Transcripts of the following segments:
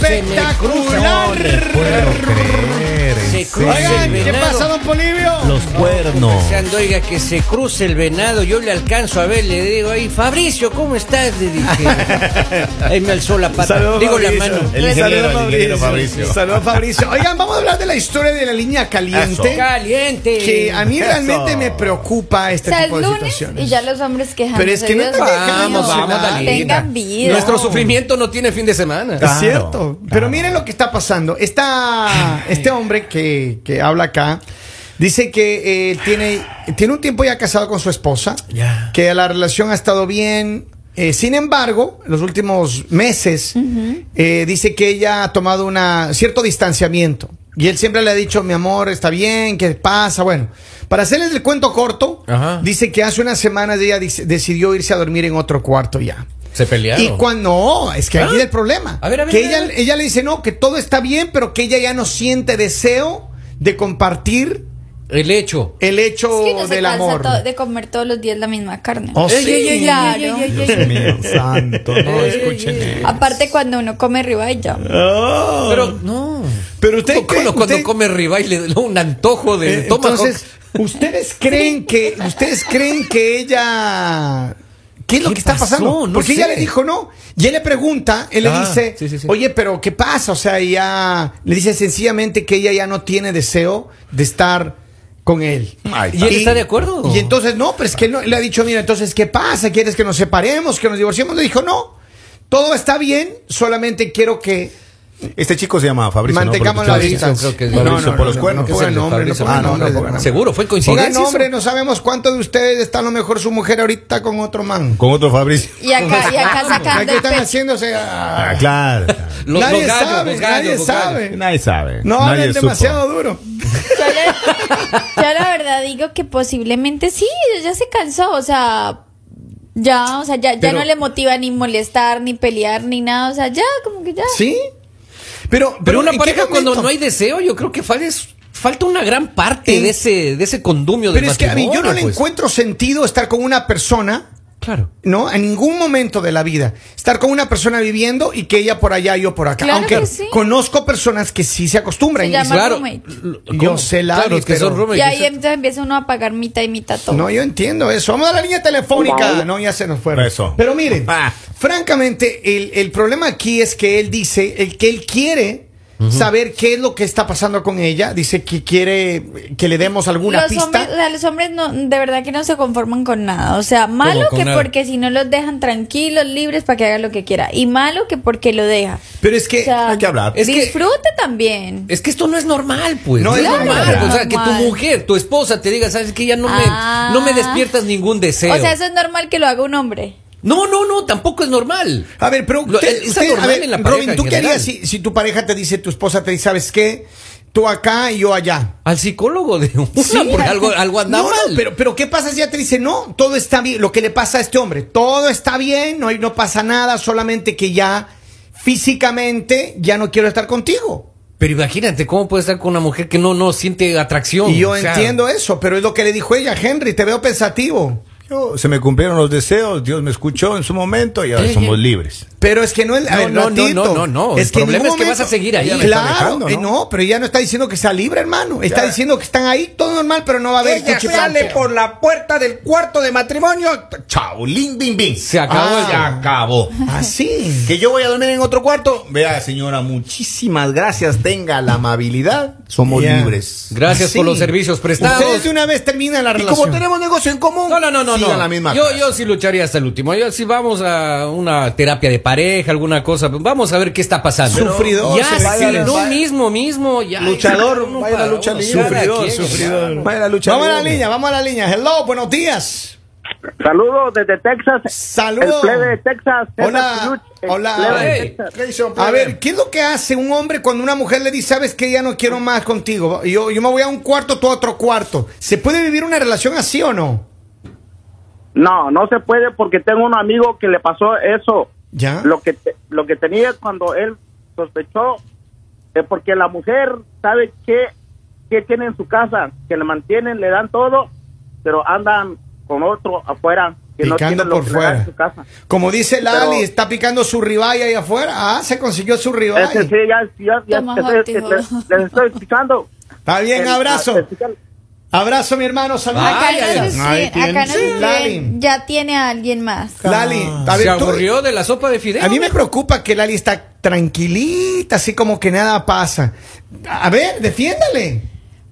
se me cruzan. Puedo creer. en Se serio. cruzan. Oigan, ¿qué Venado. pasa, don Polivio? Los cuernos. Pensando, oiga, que se cruce el venado, yo le alcanzo a ver, le digo, ay, Fabricio, ¿cómo estás? Le dije. Ahí me alzó la pata, Saludos, digo la Fabricio. mano. El ingeniero, el ingeniero Fabricio. Saludos, Fabricio. Oigan, vamos a hablar de la historia de la línea caliente. Caliente. Que a mí realmente Eso. me preocupa O este sea, el tipo de lunes situaciones. y ya los hombres quejándose. Pero es que no Dios te mío. dejan Vamos, vamos, Dalila. Tengan vida. Nuestro sufrimiento no tiene fin de semana. es cierto. Pero miren lo que está pasando. Está este hombre que, que habla acá. Dice que eh, tiene, tiene un tiempo ya casado con su esposa, Ya. que la relación ha estado bien. Eh, sin embargo, en los últimos meses, eh, dice que ella ha tomado una, cierto distanciamiento. Y él siempre le ha dicho, mi amor, está bien, ¿qué pasa? Bueno, para hacerles el cuento corto, Ajá. dice que hace unas semanas ella dice- decidió irse a dormir en otro cuarto ya. Ah, Se pelearon. Y cuando, no, es que aquí es el problema. Ah. A ver, a ver, que a ver, ella, a ver. ella le dice, no, que todo está bien, pero que ella ya no siente deseo de compartir El hecho. el hecho Es que no se del cansa amor. to- de comer todos los días la misma carne. Oh, sí. Claro. Dios mío, santo. No escuchen eso. Aparte cuando uno come ribaya. Pero no. Pero usted Uno cree- cuando usted- come riba y le da un antojo de Eh, toma Entonces, ¿ustedes creen que ustedes creen que ella ¿Qué es lo ¿Qué que está pasó? pasando? No Porque ella sé. le dijo no. Y él le pregunta, él le Ah, dice, sí, sí, sí. oye, pero ¿qué pasa? O sea, ella le dice sencillamente que ella ya no tiene deseo de estar con él. Ay, ¿Y él está de acuerdo? Y entonces, no, pero es que él, no- él le ha dicho, mira, entonces, ¿qué pasa? ¿Quieres que nos separemos, que nos divorciemos? Le dijo, no, todo está bien, solamente quiero que Este chico se llama Fabricio. ¿no? mantengamos Porque la escuché- Fabricio, creo distancia. que es No, no, Fabricio no, por los no, cuernos. no pongan Es el nombre, no Fabricio. pongan Ah, no, nombre, no no pongan pongan seguro fue Oigan, coincidencia. hombre, no sabemos cuántos de ustedes está a lo mejor su mujer ahorita con otro man. Con otro Fabricio. Y acá, y acá sacando ¿Qué el están pe- haciéndose? Ah, Ah, claro. Los, nadie los gallos, sabe, los gallos, nadie los gallos. sabe. Nadie sabe. No Nadie hablen supo. demasiado duro. Yo, le- yo la verdad digo que posiblemente sí, ella ya se cansó, o sea, ya, o sea, ya, ya Pero- no le motiva ni molestar, ni pelear, ni nada, o sea, ya, como que ya. ¿Sí? Pero, Pero una ¿en qué pareja cuando momento? no hay deseo, yo creo que fal- es- falta una gran parte En- de ese de ese condumio del Pero es que a mí yo no le matrimonio, pues. encuentro sentido estar con una persona Claro. ¿no? En ningún momento de la vida. Estar con una persona viviendo y que ella por allá, yo por acá. Claro Aunque que sí. conozco personas que sí se acostumbran. Se Y llama- dicen, Claro. roommate. L- Yo sé, Lali, Claro, es que pero- son roommates. Y ahí Eso- entonces empieza uno a pagar mitad y mitad todo. No, yo entiendo eso. Vamos a la línea telefónica. No, ya se nos fueron. Eso. Pero miren, Ah. francamente, el, el problema aquí es que él dice, el que él quiere saber qué es lo que está pasando con ella. Dice que quiere que le demos alguna los pista. hombres, o sea, los hombres no, de verdad que no se conforman con nada. O sea, malo con que nada? porque si no los dejan tranquilos, libres para que haga lo que quiera. Y malo que porque lo deja. Pero es que... Eh, O sea, hay que hablar. Es Eh, que- disfrute también. Es que esto no es normal, pues. No No, es es normal. normal. O sea, que tu Normal. mujer, tu esposa te diga, sabes que ya no me, Ah. no me despiertas ningún deseo. O sea, eso es normal que lo haga un hombre. No, no, no, tampoco es normal. A ver, pero Lo- usted, es usted- a anormal ver, en la pareja Robin, ¿tú en qué harías general. si, si tu pareja te dice, tu esposa te dice, ¿sabes qué? Tú acá y yo allá. Al psicólogo de una, porque algo, algo anda No, no, mal. pero, pero ¿qué pasa si ya te dice, no, todo está bien, lo que le pasa a este hombre, todo está bien, no, hay- no pasa nada, solamente que ya físicamente ya no quiero estar contigo. Pero imagínate, ¿cómo puede estar con una mujer que no, no siente atracción? Y yo O sea, entiendo eso, pero es lo que le dijo ella, Henry, te veo pensativo. Yo- se me cumplieron los deseos, Dios me escuchó en su momento y ahora Sí, somos sí. libres. Pero es que no es. a No, ver, no, no, ratito. no, no, no. El en problema ningún es que vas a seguir ahí. Ella me está Claro, dejando, eh, ¿no? ¿no? pero ella no está diciendo que sea libre, hermano. Está Ya. diciendo que están ahí, todo normal, pero no va a haber cuchiplancha. la puerta del cuarto de matrimonio. Chao, lim, bim, bim. Se acabó. Se Ah, acabó. Ah, Así. Que yo voy a dormir en otro cuarto. Vea, señora, muchísimas gracias. Tenga la amabilidad. Somos Ya. libres. Gracias por Así. los servicios prestados. Ustedes de una vez terminan la Y relación. como tenemos negocio en común, No, no, no, no. sigan no. la misma yo, clase. yo sí lucharía hasta el último. Yo sí vamos a una terapia de pareja, alguna cosa. pues Vamos a ver qué está pasando. Pero- Sufridor, Ya, se vaya sí, a la- no vaya- mismo, mismo. Ya, Luchador, Uno vaya a la para lucha uno, libre. cada Sufridor, quien. sufridor. Vaya a la lucha Vamos a la libre. línea, vamos a la línea. Hello, buenos días. Saludos desde Texas. Saludos. El plebe de Texas. Hola, César Piluch, el hola. plebe de Hey. Texas. A ver, ¿qué es lo que hace un hombre cuando una mujer le dice, sabes que ya no quiero más contigo? Yo, yo me voy a un cuarto, tú a otro cuarto. ¿Se puede vivir una relación así o no? No, no se puede porque tengo un amigo que le pasó eso. ¿Ya? Lo que te- lo que tenía cuando él sospechó es porque la mujer sabe qué qué tiene en su casa, que le mantienen, le dan todo, pero andan con otro afuera. que no Picando tiene lo por que le da en fuera. su casa. Como dice Pero- Lali, está picando su ribeye ahí afuera. Ah, se consiguió su ribeye. Ese sí, ya, ya, ya Toma, ese- ese- Jorge, les, les estoy explicando. Está bien, El- abrazo. el- el- Abrazo, mi hermano. Saludos. Ah, Acá Ay, ay, nos ay. escriben, acá nos Sí, escriben, Lali. ya tiene a alguien más. Lali, a Se ver, tú- aburrió de la sopa de fideo. A mí me preocupa que Lali está tranquilita, así como que nada pasa. A ver, defiéndale.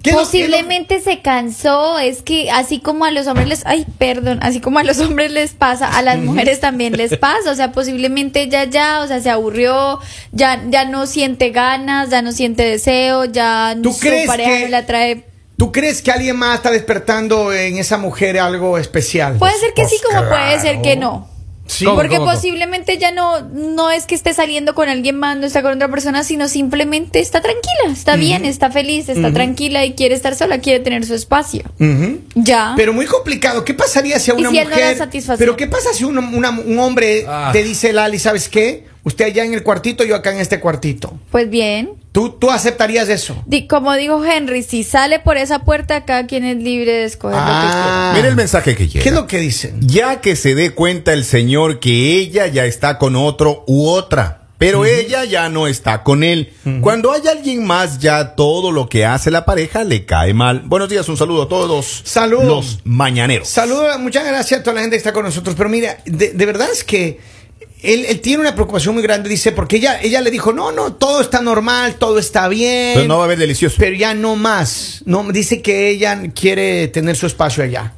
¿Qué es lo- qué es lo- Posiblemente se cansó, es que así como a los hombres les, ay, perdón, así como a los hombres les pasa, a las mujeres también les pasa, o sea, posiblemente ya ya, o sea, se aburrió, ya ya no siente ganas, ya no siente deseo, ya ¿Tú su crees pareja que- no la trae. ¿Tú crees que alguien más está despertando en esa mujer algo especial? Puede ser que sí, como puede ser que claro. no. Sí. Pues ¿Cómo, Porque cómo, cómo? posiblemente ya no no es que esté saliendo con alguien más, no está con otra persona, sino simplemente está tranquila, está bien, está feliz, está tranquila y quiere estar sola, quiere tener su espacio. Ujú. Ya. Pero muy complicado. ¿Qué pasaría si a Ah. ¿Y una si él no la mujer. satisface? pero ¿qué pasa si un, una- un hombre Ah. te dice, Lali, ¿sabes qué? Usted allá en el cuartito, yo acá en este cuartito. Pues bien. ¿Tú, tú aceptarías eso? Di- como dijo Henry, si sale por esa puerta, cada quien es libre de escoger lo que quiera. Ah. Mira el mensaje que llega. ¿Qué es lo que dicen? Ya que se dé cuenta el señor que ella ya está con otro u otra, pero ella ya no está con él. Cuando hay alguien más, ya todo lo que hace la pareja le cae mal. Buenos días, un saludo a todos. Saludos. Los mañaneros. Saludos, muchas gracias a toda la gente que está con nosotros. Pero mira, de, de verdad es que él, él tiene una preocupación muy grande, dice, porque ella, ella le dijo, no, no, todo está normal, todo está bien. Pero Pues no va a haber delicioso. pero ya no más. No, dice que ella quiere tener su espacio allá.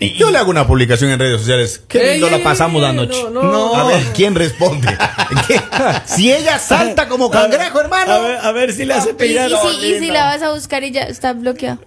Y yo le hago una publicación en redes sociales. Qué Ey, lindo ey, la pasamos ey, la noche. no, no. No. A ver, ¿quién responde? ¿Qué? Si ella salta como cangrejo, hermano. a ver si le hace Y, y si, y si la vas a buscar y ya está bloqueado.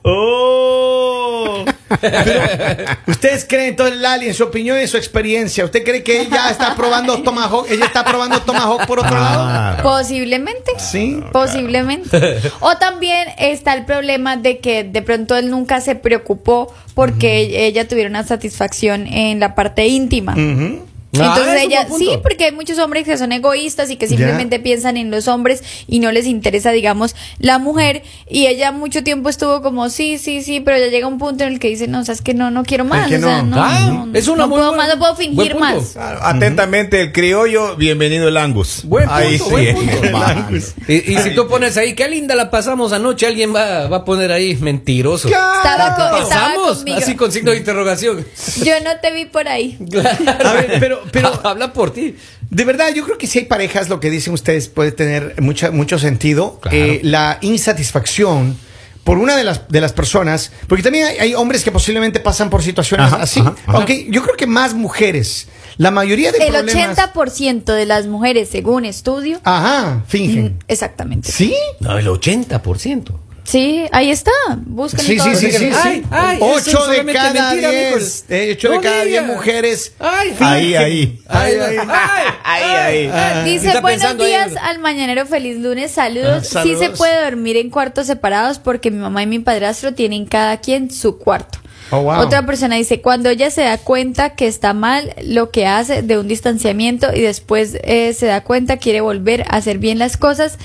¿Ustedes creen entonces, Lali, en su opinión y en su experiencia, usted cree que ella está probando Tomahawk? ¿Ella está probando Tomahawk por otro lado? Ah, Posiblemente. Sí. Posiblemente. O también está el problema de que de pronto él nunca se preocupó porque ella tuviera una satisfacción en la parte íntima. Entonces Ah, es un ella, buen sí, punto. porque hay muchos hombres que son egoístas y que simplemente piensan en los hombres y no les interesa, digamos, la mujer. Y ella mucho tiempo estuvo como, sí, sí, sí, pero ya llega un punto en el que dice, no, sabes que no, no quiero más. que o sea, no. no, Ah, no, no, es una no muy puedo buen- más, no puedo buen fingir punto. más. Claro, Atentamente el criollo, bienvenido el Angus. Buen punto, Ahí buen sí, punto. hermano. Y, y si tú pones ahí, qué linda la pasamos anoche, alguien va, va a poner ahí mentiroso. Estaba, con- estaba Ah, ¿Pasamos? conmigo. Así con signo de interrogación. Yo no te vi por ahí. Claro. A ver, pero- pero- Habla por ti. De verdad, yo creo que si hay parejas, lo que dicen ustedes puede tener mucha, mucho sentido. Claro. Eh, la insatisfacción por una de las, de las personas, porque también hay, hay hombres que posiblemente pasan por situaciones Ajá, así. ajá, ajá. Aunque yo creo que más mujeres, la mayoría de El problemas... 80% de las mujeres, según estudio, Ah, mm, Ajá, Mm. fingen. exactamente. ¿Sí? No, el 80%. Sí, ahí está. Busquen Sí, todo. sí, sí, sí, Ay, sí. ay, eso ocho es de solamente cada mentira, mijo. diez, eh, ocho de No cada diez diga. mujeres. Ay, Ahí, ahí. Ah, Ay, Ay, ay, ay. ay, ay, Ah, Ah, ay. Ah, Dice Está buenos pensando ahí en- días al mañanero, feliz lunes, saludos. Ah, Sí se saludos. puede dormir en cuartos separados porque mi mamá y mi padrastro tienen cada quien su cuarto. Oh, wow. Otra persona dice, cuando ella se da cuenta que está mal lo que hace de un distanciamiento y después eh, se da cuenta quiere volver a hacer bien las cosas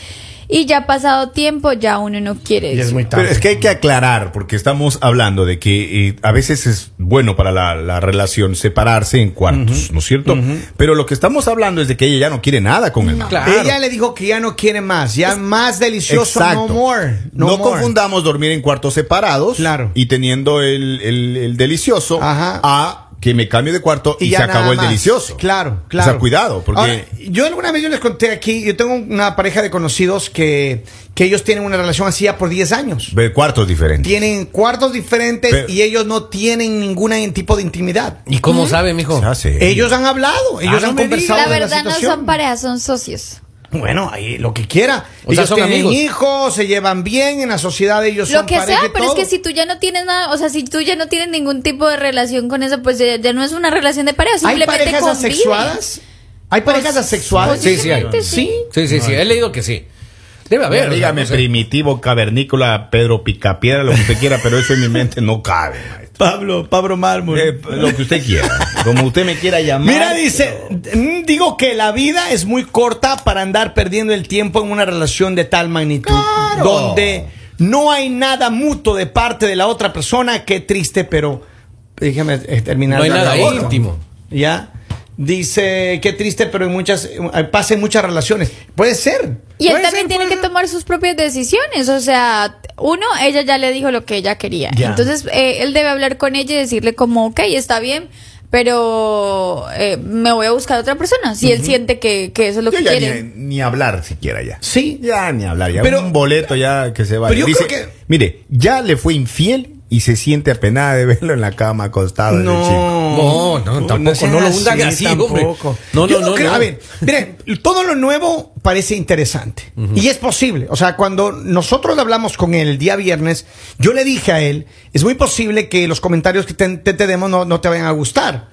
y ya ha pasado tiempo, ya uno no quiere. Y es eso. muy Pero tarde. es que hay que aclarar, porque estamos hablando de que eh, a veces es bueno para la, la relación separarse en cuartos, ¿no es cierto? Pero lo que estamos hablando es de que ella ya no quiere nada con él. Claro. Ella le dijo que ya no quiere más, ya más delicioso, Exacto. no more. No, more. confundamos dormir en cuartos separados Claro. y teniendo el, el- el delicioso Ajá. a que me cambie de cuarto y, ya se acabó nada el más. delicioso. Claro, claro. O sea, cuidado, porque Ahora, yo alguna vez yo les conté aquí, yo tengo una pareja de conocidos que, que ellos tienen una relación así ya por 10 años. ve cuartos diferentes. Tienen cuartos diferentes Pero- y ellos no tienen ningún tipo de intimidad. ¿Y cómo sabe, mijo? Se hace. Ellos han hablado, ellos no han me conversado. La de la verdad no situación. son parejas, son socios. Bueno, ahí lo que quiera. O sea, ellos son tienen amigos. hijos, se llevan bien en la sociedad, ellos Lo son que sea, pareja y pero es todo. que si tú ya no tienes nada, o sea, si tú ya no tienes ningún tipo de relación con eso, pues ya, ya no es una relación de pareja, ¿Hay simplemente parejas conviven. asexuadas? ¿Hay parejas asexuadas? Sí, sí, hay. Posiblemente Pues, sí. Sí, sí, sí. He leído que sí. Debe haber. o sea, dígame, no sé. primitivo, cavernícola, Pedro Picapiedra, lo que usted quiera, pero eso en mi mente no cabe. maestro. Pablo, Pablo Mármol. Eh, lo que usted quiera, como usted me quiera llamar. Mira, dice, mm, digo que la vida es muy corta para andar perdiendo el tiempo en una relación de tal magnitud, donde no hay nada mutuo de parte de la otra persona, qué triste, pero déjame eh, terminar. No hay la- nada la otra. íntimo. Ya. Dice, qué triste, pero en muchas, eh, pasa en muchas relaciones. Puede ser. Y él puede también ser, tiene puede que ser. tomar sus propias decisiones. O sea, uno, ella ya le dijo lo que ella quería. Ya. Entonces, eh, él debe hablar con ella y decirle como, ok, está bien, pero eh, me voy a buscar otra persona. Si él siente que, que eso es lo Yo que ya quiere. ni, ni hablar siquiera ya. Sí. Ya ni hablar, ya. Pero- un boleto ya que se vaya. pero yo Dice, creo que- Mire, ya le fue infiel y se siente apenada de verlo en la cama acostado. ese chico. No, no, tampoco, sean no lo hundan así, hombre. No, No, no, Yo no, no, creo- no. A ver, miren, todo lo nuevo parece interesante. Y es posible. O sea, cuando nosotros hablamos con él el día viernes, yo le dije a él, es muy posible que los comentarios que te, te- te demos no, no te vayan a gustar.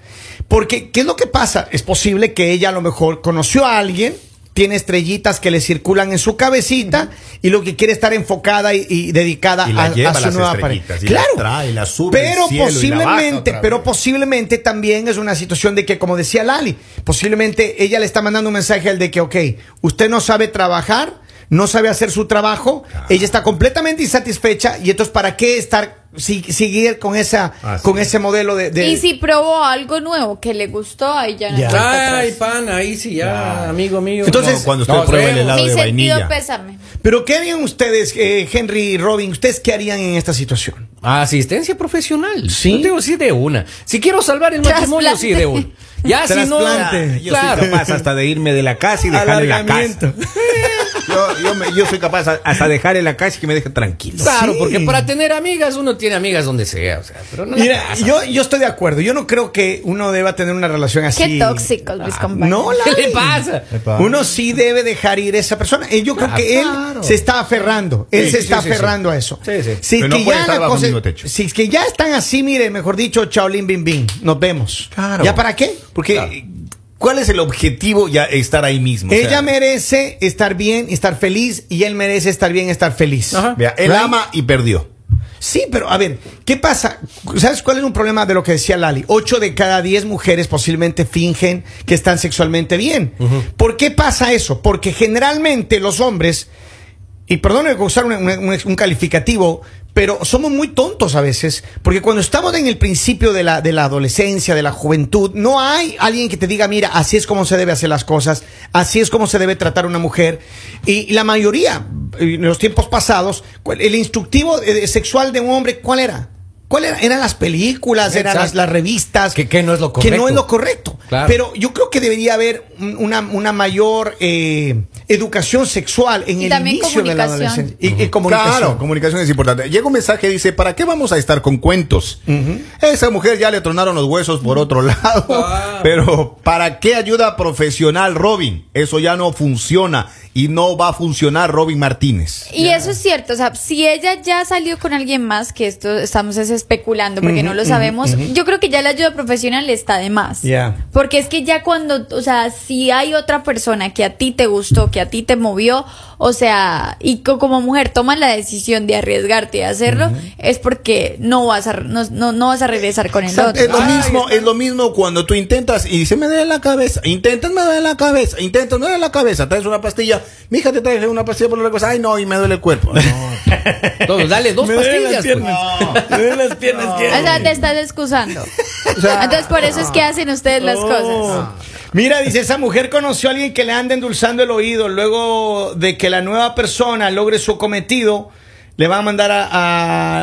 Porque, ¿qué es lo que pasa? Es posible que ella a lo mejor conoció a alguien, tiene estrellitas que le circulan en su cabecita y lo que quiere es estar enfocada y, y dedicada Y la a, lleva a su las nueva estrellitas, pareja. y la claro. trae, la sube al pero cielo y la baja posiblemente, otra pero vez. posiblemente también es una situación de que, como decía Lali, posiblemente ella le está mandando un mensaje al de que, ok, usted no sabe trabajar, no sabe hacer su trabajo, ella está completamente insatisfecha y entonces, ¿para qué estar, si- seguir con esa, Así con es. ese modelo de... de- Y si probó algo nuevo que le gustó, ahí ya no Ya. hay vuelta Ay, atrás. pan, ahí sí ya, amigo mío. Entonces- Como cuando usted No, prueba el creo. helado Mi de sentido vainilla. pésame. Pero ¿qué harían ustedes, eh, Henry y Robin? ¿Ustedes qué harían en esta situación? Asistencia profesional. Sí. Yo digo sí de una. Si quiero salvar el matrimonio, sí de una. Ya si no. Trasplante. Yo Claro. soy capaz hasta de irme de la casa y dejarle la casa. Yo, yo me- yo soy capaz a- hasta dejarle la casa y que me deje tranquilo. Claro, Sí. porque para tener amigas uno tiene amigas donde sea, o sea, pero no en la Mira, casa. yo, yo estoy de acuerdo. Yo no creo que uno deba tener una relación así. Qué tóxicos mis compañeros. Ah, No, ¿Qué Lali. le pasa? Uno sí debe dejar ir a esa persona. Y yo creo Claro. que él Claro. se está aferrando. Él Sí, se sí, está sí, sí. aferrando a eso. Sí, sí. Si, Pero que no puede ya estar la bajo el cosa- mismo techo. si es que ya están así, mire, mejor dicho, chaolín bim bim. Nos vemos. Claro. ¿Ya para qué? Porque, Claro. ¿cuál es el objetivo ya estar ahí mismo? O sea, Ella merece estar bien, estar feliz, y él merece estar bien, estar feliz. Ajá. Vea, él Right. ama y perdió. Sí, pero a ver, ¿qué pasa? ¿Sabes cuál es un problema de lo que decía Lali? Ocho de cada diez mujeres posiblemente fingen que están sexualmente bien. ¿Por qué pasa eso? Porque generalmente los hombres, y perdónenme por usar un, un- un calificativo, pero somos muy tontos a veces, porque cuando estamos en el principio de la, de la adolescencia, de la juventud, no hay alguien que te diga, mira, así es como se debe hacer las cosas, así es como se debe tratar una mujer. Y, y la mayoría, en los tiempos pasados, ¿cuál- el instructivo eh, sexual de un hombre, ¿cuál era? ¿Cuál era? Eran las películas, eran las, Exacto. las revistas. Que- que no es lo Que no correcto. es lo correcto. Claro. Pero yo creo que debería haber un- una, una mayor eh, educación sexual en Y el también inicio de la comunicación. adolescencia. Y, y comunicación. Claro, comunicación es importante. Llega un mensaje que dice, ¿para qué vamos a estar con cuentos? Esa mujer ya le tronaron los huesos por otro lado, pero ¿para qué ayuda profesional Robin? Eso ya no funciona y no va a funcionar Robin Martínez. Y eso es cierto, o sea, si ella ya salió con alguien más, que esto estamos es especulando porque no lo sabemos, yo creo que ya la ayuda profesional está de más. Ya. Porque es que ya cuando, o sea, si hay otra persona que a ti te gustó, que a ti te movió, o sea, y co- como mujer tomas la decisión de arriesgarte a hacerlo, es porque no vas a, no, no, no vas a regresar con el otro. Es lo mismo, es lo mismo cuando tú intentas y se me duele la cabeza, intentas me duele la cabeza, intentas me duele la cabeza, traes una pastilla, mija te traes una pastilla por la cosa, ay no, y me duele el cuerpo. No. Todo, dale dos pastillas. pues. O sea, te estás excusando. Entonces, por eso es que hacen ustedes las cosas. Mira, dice, esa mujer conoció a alguien que le anda endulzando el oído. Luego de que la nueva persona logre su cometido, le va a mandar a,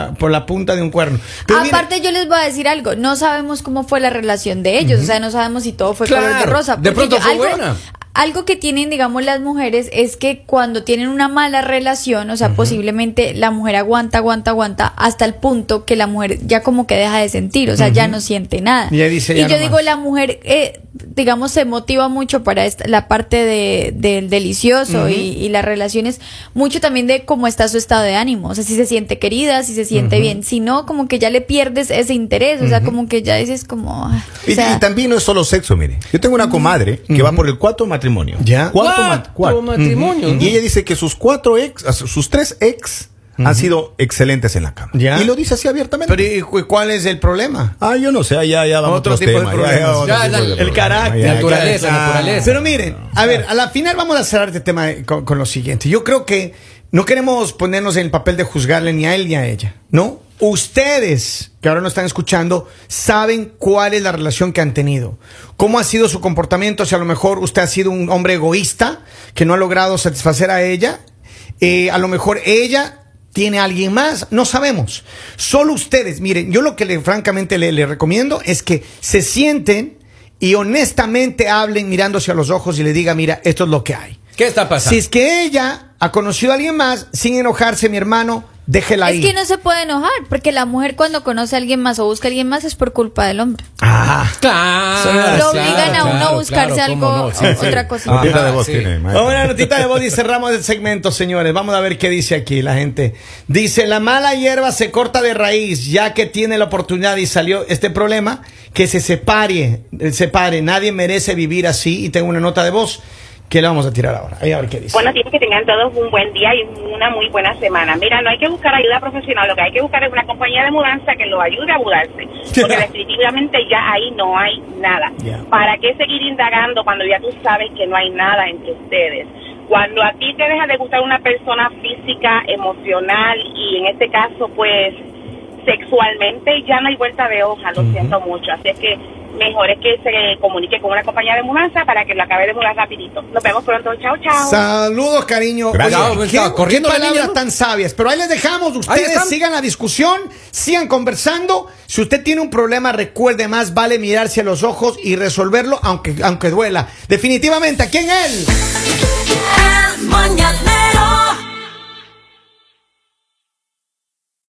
a- por la punta de un cuerno. Pero mira, Aparte, yo les voy a decir algo. No sabemos cómo fue la relación de ellos. O sea, no sabemos si todo fue Claro, color de rosa. de porque pronto fue algo, buena. algo que tienen, digamos, las mujeres es que cuando tienen una mala relación, o sea, posiblemente la mujer aguanta, aguanta, aguanta, hasta el punto que la mujer ya como que deja de sentir. O sea, ya no siente nada. Ya dice, y ya yo no digo, más. la mujer, eh, digamos, se motiva mucho para esta- la parte de, del delicioso y, y las relaciones, mucho también de cómo está su estado de ánimo, o sea, si se siente querida, si se siente bien, si no, como que ya le pierdes ese interés, o sea, como que ya dices como... ah, o Y, sea, y también no es solo sexo, mire. Yo tengo una comadre que va por el cuarto matrimonio. Ya. Cuarto, ma- Cuatro cuarto. matrimonios. ¿no? Y ella dice que sus cuatro ex, ah, sus tres ex han sido excelentes en la cama. Ya. Y lo dice así abiertamente. pero ¿y cu- cuál es el problema? ah, yo no sé, ya, ya vamos a Otro otros tipo de temas, ya, problemas. ya, otro Ya, tipo de dale. El problemas, carácter, ya, ya. Naturaleza, Ah, naturaleza. Pero miren, a ver, a la final vamos a cerrar este tema eh, con, con lo siguiente. Yo creo que no queremos ponernos en el papel de juzgarle ni a él ni a ella, ¿no? Ustedes, que ahora nos están escuchando, saben cuál es la relación que han tenido. ¿Cómo ha sido su comportamiento? Si a lo mejor usted ha sido un hombre egoísta que no ha logrado satisfacer a ella. eh, a lo mejor ella tiene a alguien más. No sabemos. Solo ustedes. Miren, yo lo que le, francamente le, le recomiendo es que se sienten y honestamente hablen mirándose a los ojos y le diga, mira, esto es lo que hay. ¿Qué está Si pasando? es que ella ha conocido a alguien más, sin enojarse, mi hermano, déjela ahí. Es que no se puede enojar, porque la mujer cuando conoce a alguien más o busca a alguien más es por culpa del hombre. Ah. Claro, Lo obligan a claro, uno a claro, buscarse claro, algo, cómo no, sí, sí. otra cosa. Ah, Notita Ajá, de voz sí. tiene, maestro. Vamos a la notita de voz y cerramos el segmento, señores. Vamos a ver qué dice aquí la gente. Dice, la mala hierba se corta de raíz, ya que tiene la oportunidad y salió este problema, que se separe, eh, separe. Nadie merece vivir así. Y tengo una nota de voz que la vamos a tirar ahora. Ahí a ver qué dice. Buenos días, que tengan todos un buen día y una muy buena semana. Mira, no hay que buscar ayuda profesional, lo que hay que buscar es una compañía de mudanza que lo ayude a mudarse. Porque definitivamente ya ahí no hay nada. Ya. ¿Para qué seguir indagando cuando ya tú sabes que no hay nada entre ustedes? Cuando a ti te deja de gustar una persona física, emocional y en este caso, pues sexualmente, ya no hay vuelta de hoja, lo siento mucho. Así es que mejor es que se comunique con una compañía de mudanza para que lo acabe de mudar rapidito. Nos vemos pronto. Chao, chao. Saludos, cariño. Gracias. Oye, No, pues, qué- estaba corriendo qué la niña, palabras ¿no? tan sabias. Pero ahí les dejamos. Ahí Ustedes están. sigan la discusión, sigan conversando. Si usted tiene un problema, recuerde más vale mirarse a los ojos y resolverlo, aunque, aunque duela. Definitivamente, aquí en él. El mañanero